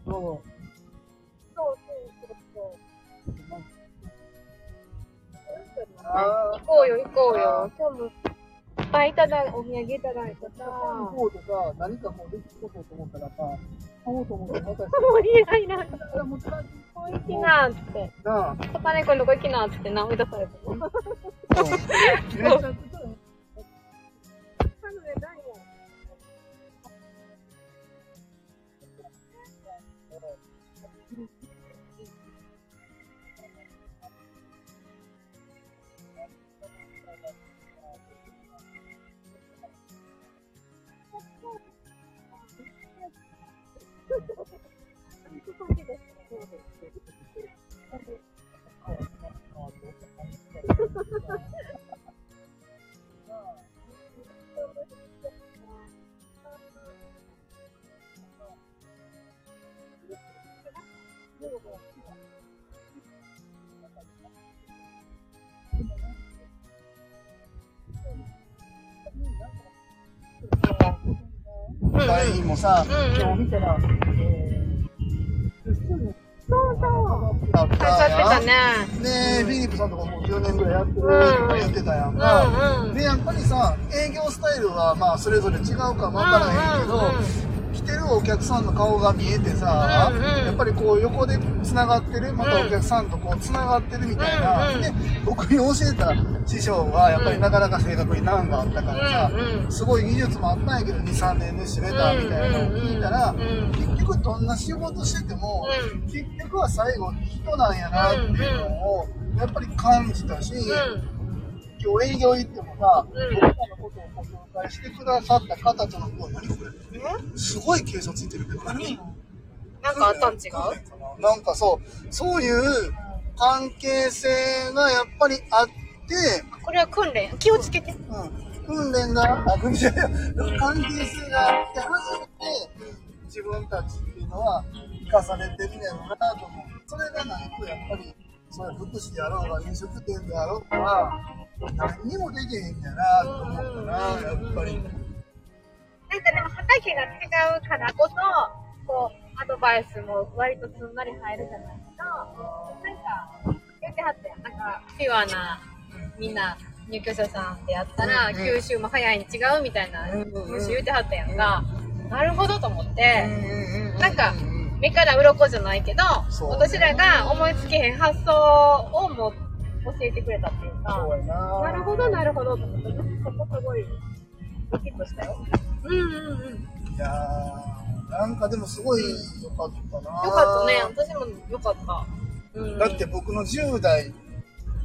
Speaker 2: どう
Speaker 1: そうそうそう。
Speaker 2: あ
Speaker 1: 行こうよ行こうよ。今日もいっぱいいただ、お土産いただいたさ。
Speaker 2: 向
Speaker 1: も
Speaker 2: こうとか、何かもうできそうと思ったらさ、買おうと思ってま (laughs) た、
Speaker 1: ういないな。
Speaker 2: だからもう辛い
Speaker 1: こ行きなーって。
Speaker 2: (laughs) なあ。
Speaker 1: 小金子のこ行きなーって名前出されてる。
Speaker 2: そうめっちゃ辛い
Speaker 1: なのでないもん。
Speaker 2: 隊員もさ、
Speaker 1: うんうん
Speaker 2: 今日見たら、えー、す
Speaker 1: そ
Speaker 2: ぐ
Speaker 1: うそう。
Speaker 2: な
Speaker 1: かか
Speaker 2: った
Speaker 1: ってた
Speaker 2: や
Speaker 1: ね。
Speaker 2: ん。ねえ、フィリップさんとかもう10年ぐらいやってる
Speaker 1: うんうん
Speaker 2: とか言ってたやん
Speaker 1: う
Speaker 2: か。
Speaker 1: んうん。
Speaker 2: で、やっぱりさ、営業スタイルはまあそれぞれ違うかもわからへんけど、
Speaker 1: うんうんうん
Speaker 2: 来てるお客さんの顔が見えてさ、
Speaker 1: うんうん
Speaker 2: やっぱりこう横でつながってる、またお客さんとこうつながってるみたいな、
Speaker 1: うんうん
Speaker 2: で僕に教えた師匠はやっぱりなかなか正確に難があったからさ、
Speaker 1: うんうん
Speaker 2: すごい技術もあったんやけど23年で締めたみたいなのを聞いたら、
Speaker 1: うんうん
Speaker 2: 結局どんな仕事してても、
Speaker 1: うん
Speaker 2: 結局は最後に人なんやなっていうのをやっぱり感じたし、
Speaker 1: う
Speaker 2: 今日営業行ってもさ、
Speaker 1: うん
Speaker 2: 僕らのことをご紹介してくださった方とのこう何これ
Speaker 1: ん。
Speaker 2: すごい傾斜ついてるけど何
Speaker 1: なんかあったん違う
Speaker 2: なんかそう、そういう関係性がやっぱりあって、
Speaker 1: これは訓練。気をつけて。
Speaker 2: うん、訓練が、あ、訓練じゃない関係性があって初めて自分たちっていうのは生かされてるんやろうなと思う。それがないとやっぱり、そういう福祉であろうが飲食店であろうが、何にもできへんやなと思ったな、やっぱり。
Speaker 1: なんかでも畑が違うからこそ、こう、アドバイスも割とすんなり入るじゃないですか。なんか、言ってはったやん。なんか、ピュアな、みんな、入居者さんでやったら、
Speaker 2: うんうん
Speaker 1: 吸収も早いに違うみたいな、
Speaker 2: うんうんうん
Speaker 1: むし言ってはったやんか。なるほどと思って、
Speaker 2: なん
Speaker 1: か目から鱗じゃないけど、
Speaker 2: そう
Speaker 1: 私らが思いつけへん発想をもう教えてくれたっていうか。
Speaker 2: そうやな。
Speaker 1: なるほど、なるほどと思って、そこすごい、ドキッとしたよ。うんうんうん。よ
Speaker 2: いやー、なんかでもすごい良かったな。
Speaker 1: かったね、私もよかった。うん、
Speaker 2: だって、僕の10代、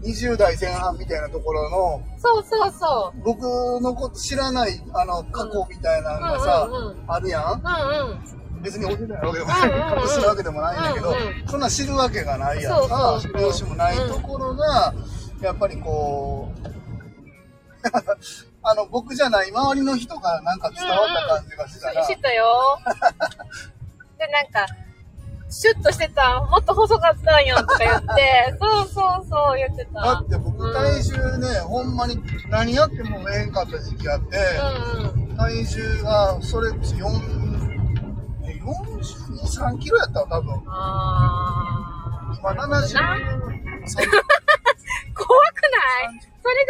Speaker 2: 20代前半みたいなところの、
Speaker 1: そうそうそ
Speaker 2: 僕のこと知らない、あの、過去みたいなのがさ、
Speaker 1: うんうんうん
Speaker 2: あるやん
Speaker 1: う。うんうん。
Speaker 2: 別に教えてないわけでも
Speaker 1: うんうんうん
Speaker 2: ない、隠してるわけでもないんだけど、
Speaker 1: うん
Speaker 2: そんなん知るわけがないや
Speaker 1: そ
Speaker 2: ん
Speaker 1: うそ
Speaker 2: か
Speaker 1: う、そう
Speaker 2: 知る由もないところが、やっぱりこう、 (laughs) あの、僕じゃない周りの人からなんか伝わった感じがしたら、
Speaker 1: 知った
Speaker 2: (laughs)
Speaker 1: よ。で、なんか、シュッとしてた、もっと細かったんよとか言
Speaker 2: (laughs)
Speaker 1: って、そうそうそう言ってた。
Speaker 2: だって僕体重ね、ほんまに何やってもええんかった時期あって、
Speaker 1: うんうん。
Speaker 2: 体重がそれこそ4 42、3キロやったわ、多分。
Speaker 1: あ
Speaker 2: 今
Speaker 1: ー。な
Speaker 2: 73、
Speaker 1: 怖くないそれ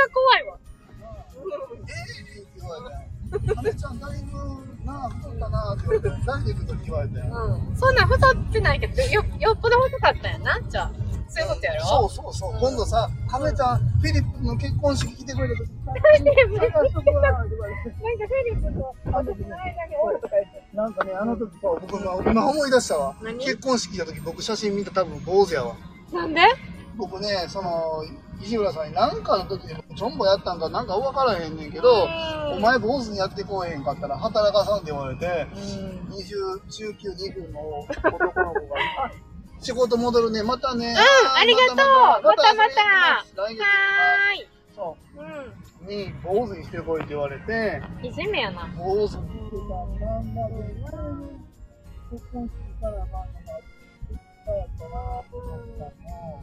Speaker 1: が怖いわ。
Speaker 2: ええって言われたよ。姉ちゃんだいぶなあ、太ったなあって言われたよ。ダイエットに言われたよ。
Speaker 1: うんそんなん太ってないけど、よ、よっぽど太かったんやな、じゃあ。そういうことやろ
Speaker 2: そうそうそう。
Speaker 1: うん
Speaker 2: 今度さ、カメちゃん、フィリップの結婚式来てくれる。
Speaker 1: (laughs) なんでなんか
Speaker 2: 探しとくわって言われて
Speaker 1: フェリップと私の間におるとか言って。
Speaker 2: なんかね、あの時そう、僕今今思い出したわ。
Speaker 1: 何
Speaker 2: 結婚式の時僕写真見た多分坊主やわ。
Speaker 1: なんで
Speaker 2: 僕ね、その、西村さんに何かの時にちょんぼやったんかなんか分からへんねんけど、お前坊主にやってこえへんかったら働かさんで言われて、
Speaker 1: うん
Speaker 2: 20、19、20の男の子が、あ仕事戻るね、またね。うん
Speaker 1: ありがとうまたま
Speaker 2: 来月
Speaker 1: はーい。
Speaker 2: そ
Speaker 1: うん。
Speaker 2: うに坊主にしてこいって言われて、
Speaker 1: いじめやな。
Speaker 2: 坊主にしてたんなんだろうな。結婚してからなんか、いっぱいやったなと思ったの。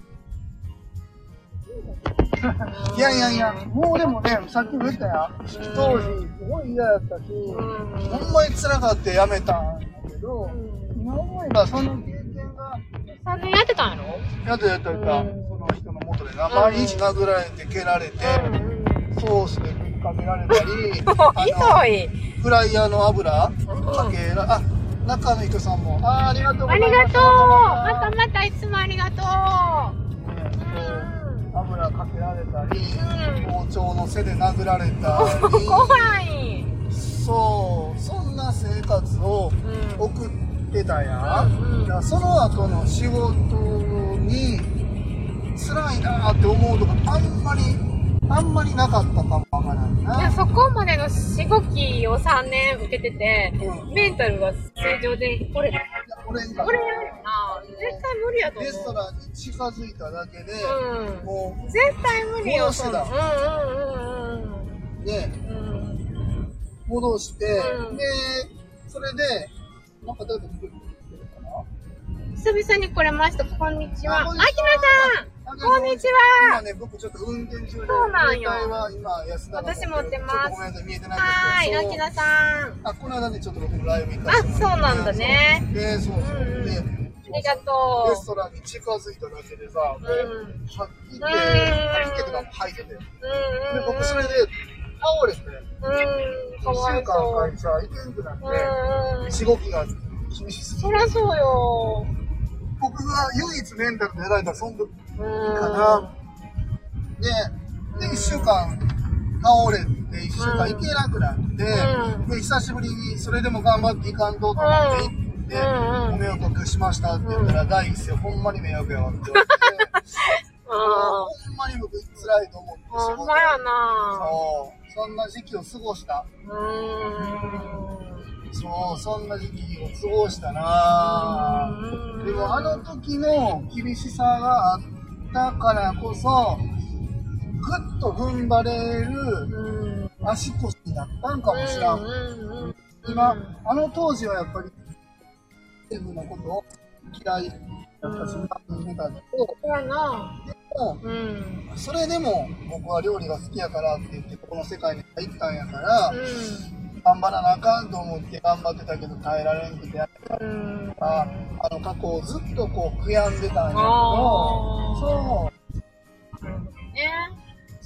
Speaker 2: いやいやいや、もうでもね、さっきも言ったやん。当時、すごい嫌やったし、
Speaker 1: うん。
Speaker 2: ほんまに辛かってやめたんだけど、今思えばその経験が、
Speaker 1: 3年やってたんやろ
Speaker 2: やったやったやった、
Speaker 1: うん
Speaker 2: その人の元でな、毎日殴られて、蹴られて、ソースでぶっかけられたり、
Speaker 1: もう
Speaker 2: あ
Speaker 1: (laughs) ひ
Speaker 2: の
Speaker 1: どい。
Speaker 2: フライヤーの油かけら、あ、中の人さんも、あーありがとうござ
Speaker 1: あ
Speaker 2: い
Speaker 1: りが
Speaker 2: ます。
Speaker 1: とう。またまたいつもありがとう。
Speaker 2: ねそう油かけられたり、
Speaker 1: うん
Speaker 2: 包丁の背で殴られた
Speaker 1: うん。 (laughs) 怖
Speaker 2: り、
Speaker 1: い。
Speaker 2: そう、そんな生活を
Speaker 1: うん。
Speaker 2: 送ってたやん。
Speaker 1: うん
Speaker 2: だからその後の仕事に辛いなって思うとかあんまりあんまりなかったかもわからん
Speaker 1: いや、
Speaker 2: な
Speaker 1: そこまでのしごきを3年受けてて、
Speaker 2: うん
Speaker 1: メンタルが正常で、これ、
Speaker 2: 俺が
Speaker 1: これやるよな。絶対無理やと思う。
Speaker 2: レストランに近づいただけで、
Speaker 1: うん。
Speaker 2: も
Speaker 1: 絶対無理よ、
Speaker 2: 戻してた
Speaker 1: うんうん
Speaker 2: うね
Speaker 1: うんうんうん。うん。
Speaker 2: 戻して、
Speaker 1: うん
Speaker 2: でそれでなんか誰か出てくれるかな
Speaker 1: 久々に来れました。こんにちは。
Speaker 2: あ
Speaker 1: あ
Speaker 2: こん
Speaker 1: き
Speaker 2: に
Speaker 1: な
Speaker 2: ち
Speaker 1: さんこんにちは
Speaker 2: 今ね僕ちょっと運転中で
Speaker 1: そうなんよ
Speaker 2: 携帯は今安永
Speaker 1: 私持ってます
Speaker 2: ちょっとごめんなさい見えてない
Speaker 1: は
Speaker 2: ん
Speaker 1: ーい、
Speaker 2: です
Speaker 1: あ
Speaker 2: けど
Speaker 1: きなさん。
Speaker 2: あこの間ねちょっと僕もライブ行か
Speaker 1: あ
Speaker 2: せて、も
Speaker 1: そう
Speaker 2: らって
Speaker 1: なんだね。
Speaker 2: でそうそ
Speaker 1: う
Speaker 2: う、
Speaker 1: んうん
Speaker 2: で
Speaker 1: ありが
Speaker 2: レ
Speaker 1: と
Speaker 2: ストランに近づいただけでさ、もう、
Speaker 1: う。
Speaker 2: 吐
Speaker 1: うん。
Speaker 2: き気、吐き気とかも吐いてて。で、僕それで倒れて、
Speaker 1: うん。うん。
Speaker 2: 1
Speaker 1: かわ
Speaker 2: 週間
Speaker 1: いそ
Speaker 2: 会
Speaker 1: う。
Speaker 2: 社行けんくなっ
Speaker 1: うんうん
Speaker 2: て、。仕事が厳しすぎ
Speaker 1: そ
Speaker 2: て。
Speaker 1: りゃそうよ。
Speaker 2: 僕が唯一メンタルでやられたその時
Speaker 1: うん。
Speaker 2: かな。で、で、1週間倒れて、1週間行けなくなって、
Speaker 1: うん
Speaker 2: で、久しぶりにそれでも頑張っていかんとと思って行って、
Speaker 1: うんうん
Speaker 2: ご迷惑おかけしましたって言ったら、第一声、ほんまに迷惑やわって言
Speaker 1: (laughs)
Speaker 2: われて。
Speaker 1: あ
Speaker 2: ほんまに僕辛いと思って
Speaker 1: あ。ほんまやな。
Speaker 2: そうそんな時期を過ごした
Speaker 1: うん。
Speaker 2: そうそんな時期を過ごしたな
Speaker 1: うん
Speaker 2: でもあの時の厳しさがあったからこそぐっと踏ん張れる
Speaker 1: うん。
Speaker 2: 足腰になったんかもしらん、
Speaker 1: うんうん。
Speaker 2: 今あの当時はやっぱり自分のことを嫌いだったし恨んでたんだけど
Speaker 1: そうやな。
Speaker 2: でも
Speaker 1: うん。
Speaker 2: それでも僕は料理が好きやからって言ってこの世界に入ったんやから、頑張らなあかんと思って頑張ってたけど耐えられんくてやった
Speaker 1: うん。
Speaker 2: からあの過去をずっとこう悔やんでたんやけど
Speaker 1: あー
Speaker 2: そう
Speaker 1: ね。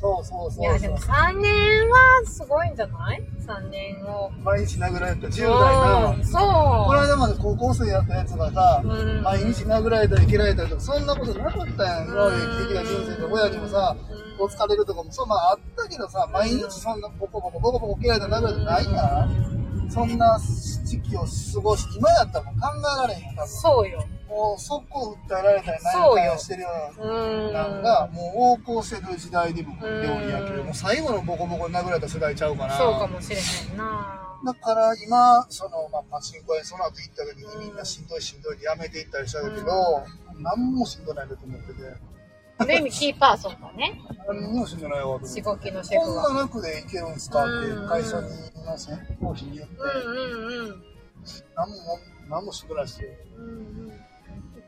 Speaker 2: そうそう
Speaker 1: い
Speaker 2: そ
Speaker 1: や、で
Speaker 2: うそう
Speaker 1: も3年はすごいんじゃない ?3 年を。
Speaker 2: 毎日殴られた10代
Speaker 1: う
Speaker 2: なん
Speaker 1: そう。
Speaker 2: この間まで高校生やったやつがさ、
Speaker 1: うん
Speaker 2: 毎日殴られたり蹴られたりとかそんなことなかったやん今まで生きてきた人生で親にもさ
Speaker 1: うん
Speaker 2: こう疲れるとかもそうまああったけどさ毎日そんなボコボコボコボコ蹴られたり殴られたりないやんそんな時期を過ごし今やったらもう考えられへんよ多分
Speaker 1: そうよ。
Speaker 2: もう速攻訴えられたり何回をしてるよ
Speaker 1: う。
Speaker 2: うんななんがもう横行せる時代でも料理やけど
Speaker 1: うん
Speaker 2: もう最後のボコボコに殴られた世代ちゃうかな
Speaker 1: そうかもしれへんな。
Speaker 2: だから今その、まあ、パチンコ屋にその後行った時にみんなしんどいしんどいでやめていったりしたけど、何もしんどないなと思ってて
Speaker 1: ある意味キーパーソンがね、
Speaker 2: 何にもしんどないわと思っ
Speaker 1: 仕
Speaker 2: て
Speaker 1: 事のシェ
Speaker 2: こ
Speaker 1: フ
Speaker 2: ん
Speaker 1: が。
Speaker 2: な楽でいけるんすかって会社にの先方に言って
Speaker 1: うんうんうん
Speaker 2: 何も何もしんどないし
Speaker 1: うんうん。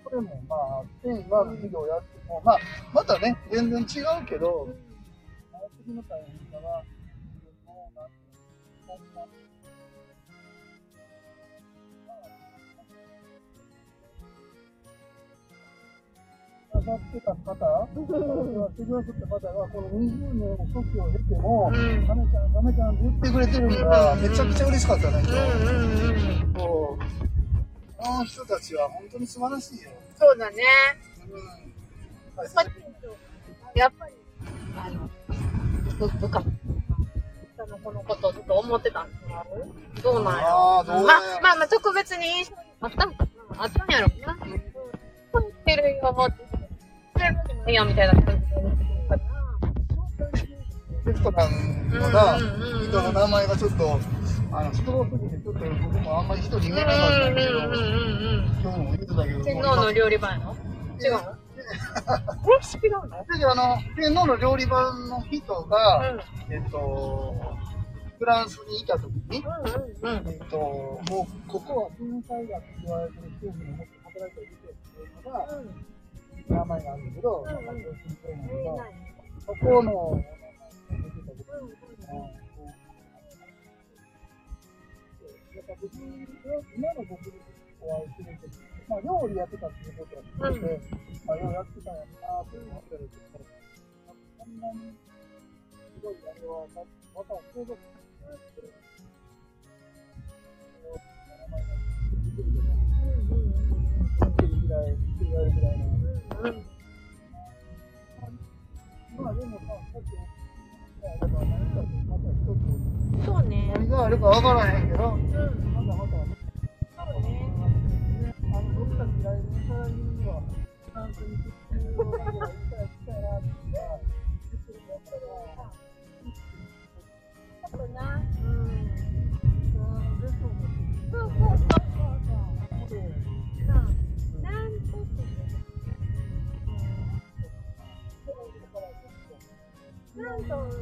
Speaker 2: これもまああって今の授業やっても、まあ、またね全然違うけど、大きの大変さは、もうなんていうの、こんな上がってた方、手伝ってた方が、この20年の時を経ても、
Speaker 1: うん
Speaker 2: ダメちゃん、ダメちゃんって言ってくれてるのが、めちゃくちゃ嬉しかったね、今
Speaker 1: うん
Speaker 2: 日。
Speaker 1: うんうん。
Speaker 2: そうあの人たちは本当に素晴らしいよ。
Speaker 1: そうだね。
Speaker 2: うん。
Speaker 1: パチンとやっぱり、あの、部部下その子のことをずっと思ってたんですよ。どうなんやろ
Speaker 2: あーどう
Speaker 1: ま
Speaker 2: なんや
Speaker 1: あまあまあ、特別に印象にあったんかなあったんやろうな。うん。そう言ってるよ、って。それもいいや、みたいな感じで思ってるから。
Speaker 2: レストランのな、人の名前がちょっと、あの、人多すぎて、ちょっと僕もあんまり人に言えなかったんだけど、今日も言ってたけど、
Speaker 3: 天皇の料理番やの違うの
Speaker 1: 違うの
Speaker 2: だけどあの、天皇の料理番の人が、えっと、フランスにいた時に、
Speaker 3: うんうん
Speaker 2: えっと、もう、ここは天才だって言われてる夫婦のもっと働いてる人っていうのが、名前があるんだけど、
Speaker 1: うんうん
Speaker 2: 名前を聞いてるんだけど、
Speaker 1: う
Speaker 2: そこの、お名前が出てたけど、
Speaker 1: んうん
Speaker 2: やっぱ別に、今の僕にお会いするとき、まあ、料理やってたっていうことは知ってて、まあ、ようやってたんやなって思ってるんですけど、そんなに、すごい、あれは、ままた、想像するっていう。まあでもさ、さっき、だから何かまた一つ。
Speaker 1: そうね。
Speaker 2: 何があるかわからへんけど、
Speaker 1: うん。
Speaker 2: まだ
Speaker 1: そ
Speaker 2: まだ。
Speaker 1: うね。
Speaker 2: あの僕たち来年再来年は、フランスに行っていうのが行きたい行きたいなって言ってるんだったら、
Speaker 1: そうな。うん。
Speaker 2: ベストも
Speaker 1: そうそうそうそう
Speaker 2: 持って、
Speaker 1: そう。うん。なんとって言うの。なんとって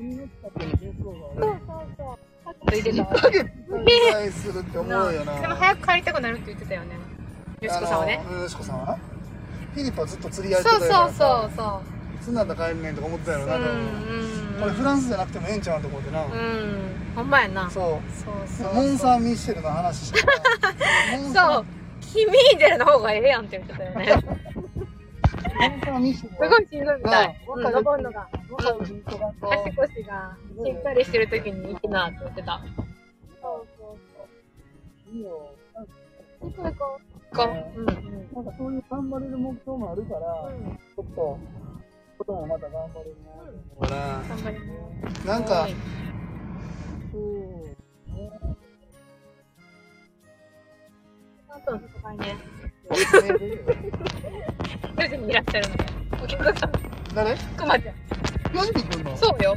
Speaker 2: 言ってたけど、ベスト
Speaker 1: そ
Speaker 2: が
Speaker 1: うそうそう。
Speaker 3: 入れた
Speaker 2: 1ヶ月ぐらいするって思うよな。
Speaker 3: でも早く帰りたくなるって言ってたよね。よしこさんはね。
Speaker 2: あの。よしこさんはなフィリップはずっと釣り合い
Speaker 3: そうそう
Speaker 2: う。
Speaker 3: そうそ
Speaker 2: つんなんだ帰んねんとか思ってたよ
Speaker 3: う。
Speaker 2: な。
Speaker 3: うん
Speaker 2: これ
Speaker 3: う
Speaker 2: フランスじゃなくてもええんちゃうんと思ってな。
Speaker 3: ん。うん。ほんまやな。そう
Speaker 2: そう。
Speaker 3: そうそう。
Speaker 2: モンサン・ミッシェルの話しかないモンサ
Speaker 3: そう
Speaker 2: ン。
Speaker 3: キミーデルの方がええやんって言ってたよね。
Speaker 2: モンサン・ミッシェル
Speaker 3: すごいしんどいみたい。
Speaker 2: う
Speaker 3: うんん。
Speaker 2: 登
Speaker 3: 登
Speaker 2: る
Speaker 3: るの
Speaker 2: のが
Speaker 3: が。
Speaker 2: 足
Speaker 3: 足腰がしっかりしてる時にいいなって言ってた。
Speaker 1: そうそうそ
Speaker 2: いいよ
Speaker 1: う。行こう行こ
Speaker 3: こ
Speaker 2: ね
Speaker 3: う。うんうん。
Speaker 2: なんかそういう頑張れる目標もあるから、
Speaker 1: う。うん。
Speaker 2: ちょっとこともまた頑張れるなと思う
Speaker 3: 頑張りま
Speaker 2: ななん
Speaker 3: す。
Speaker 2: か
Speaker 3: はい
Speaker 2: そうね
Speaker 3: あとの戦いね。巨人にいらっしゃるので。お客さん、
Speaker 2: 誰
Speaker 3: くまちゃん。
Speaker 2: ヨジ君の
Speaker 3: そうよ。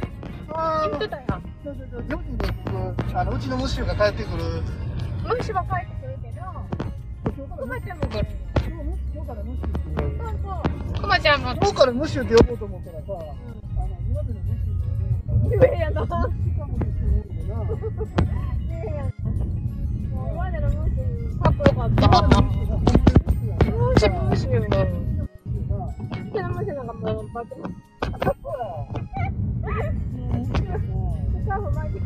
Speaker 2: あ
Speaker 3: 言ってたやん。
Speaker 2: ーそうそうそうヨジ君あのうちのムッシュが帰ってくる
Speaker 3: ムシは帰ってくるけど、くまちゃんも来る。
Speaker 2: 今日からムッシュっていう
Speaker 1: そうそう。
Speaker 3: くまちゃんも。
Speaker 2: 今日からムッシュって呼ぼうと思ったらさ、あの今までのムッシュのね
Speaker 1: 夢やな。
Speaker 2: しかもですけどな
Speaker 1: 夢やな。もう今までの文字
Speaker 3: かっこよかっ
Speaker 2: 今までの
Speaker 3: た。
Speaker 2: ムッシュが本当にムッシュやな
Speaker 3: ムシムシよ。
Speaker 1: 好きな文字なんかもうバッとスカーフ巻いてく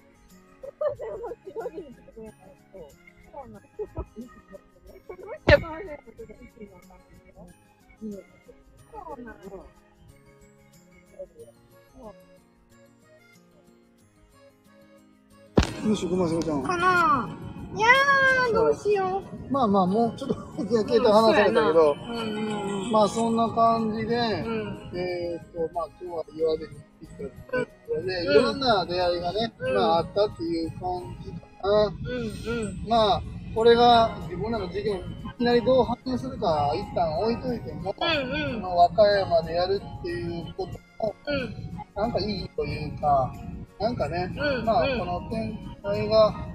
Speaker 1: る。そうなんです。そうなんです。
Speaker 2: よし、ごめんなさい、ちゃん。
Speaker 3: かなぁ。いやー、どうしよう。
Speaker 2: まあまあ、もうちょっと、携帯離されたけど、
Speaker 3: うんうん
Speaker 2: まあそんな感じで、
Speaker 3: うん。うん。
Speaker 2: えー、と、まあ、今日は岩手に行ってきたってことで、いろんな出会いがね、
Speaker 3: うん
Speaker 2: まあ、あったっていう感じかな。
Speaker 3: うんうん。
Speaker 2: まあ、これが自分らの事業にいきなりどう発展するか、一旦置いといても、
Speaker 3: うんう
Speaker 2: こ
Speaker 3: ん。
Speaker 2: の和歌山でやるっていうことも、
Speaker 3: うん。
Speaker 2: なんかいいというか、なんかね、
Speaker 3: うん
Speaker 2: まあ、
Speaker 3: うん
Speaker 2: この展開が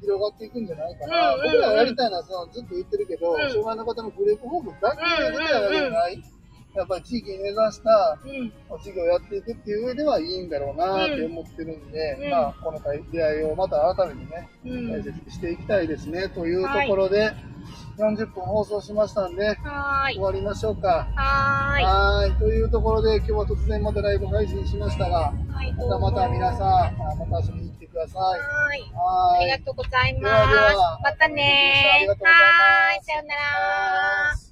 Speaker 2: 広がっていくんじゃないかな。
Speaker 3: うん
Speaker 2: 僕らがやりたいのはそのずっと言ってるけど、
Speaker 3: ん
Speaker 2: 障害の方のグループホームだけでやりたいわけじゃない。やっぱり地域に根ざした
Speaker 3: うん。
Speaker 2: 事業をやっていくっていう上ではいいんだろうなって思ってるんで、
Speaker 3: うん
Speaker 2: まあ、この出会いをまた改めてね、
Speaker 3: うん
Speaker 2: 大切にしていきたいですね、というところで、40分放送しましたんで、
Speaker 3: はーい
Speaker 2: 終。わりましょうか。
Speaker 3: はーい。
Speaker 2: はいというところで、今日は突然またライブ配信しましたが、
Speaker 3: はい、
Speaker 2: ま
Speaker 3: どう
Speaker 2: た
Speaker 3: も
Speaker 2: また皆さん、あまた遊びに来てくださ。
Speaker 3: はいい。あ
Speaker 2: は
Speaker 3: り
Speaker 2: い
Speaker 3: が。とうござい
Speaker 2: で
Speaker 3: ま
Speaker 2: はですは。
Speaker 3: またね
Speaker 2: ありがとうございます
Speaker 3: はーい、さようなら。
Speaker 2: Bye.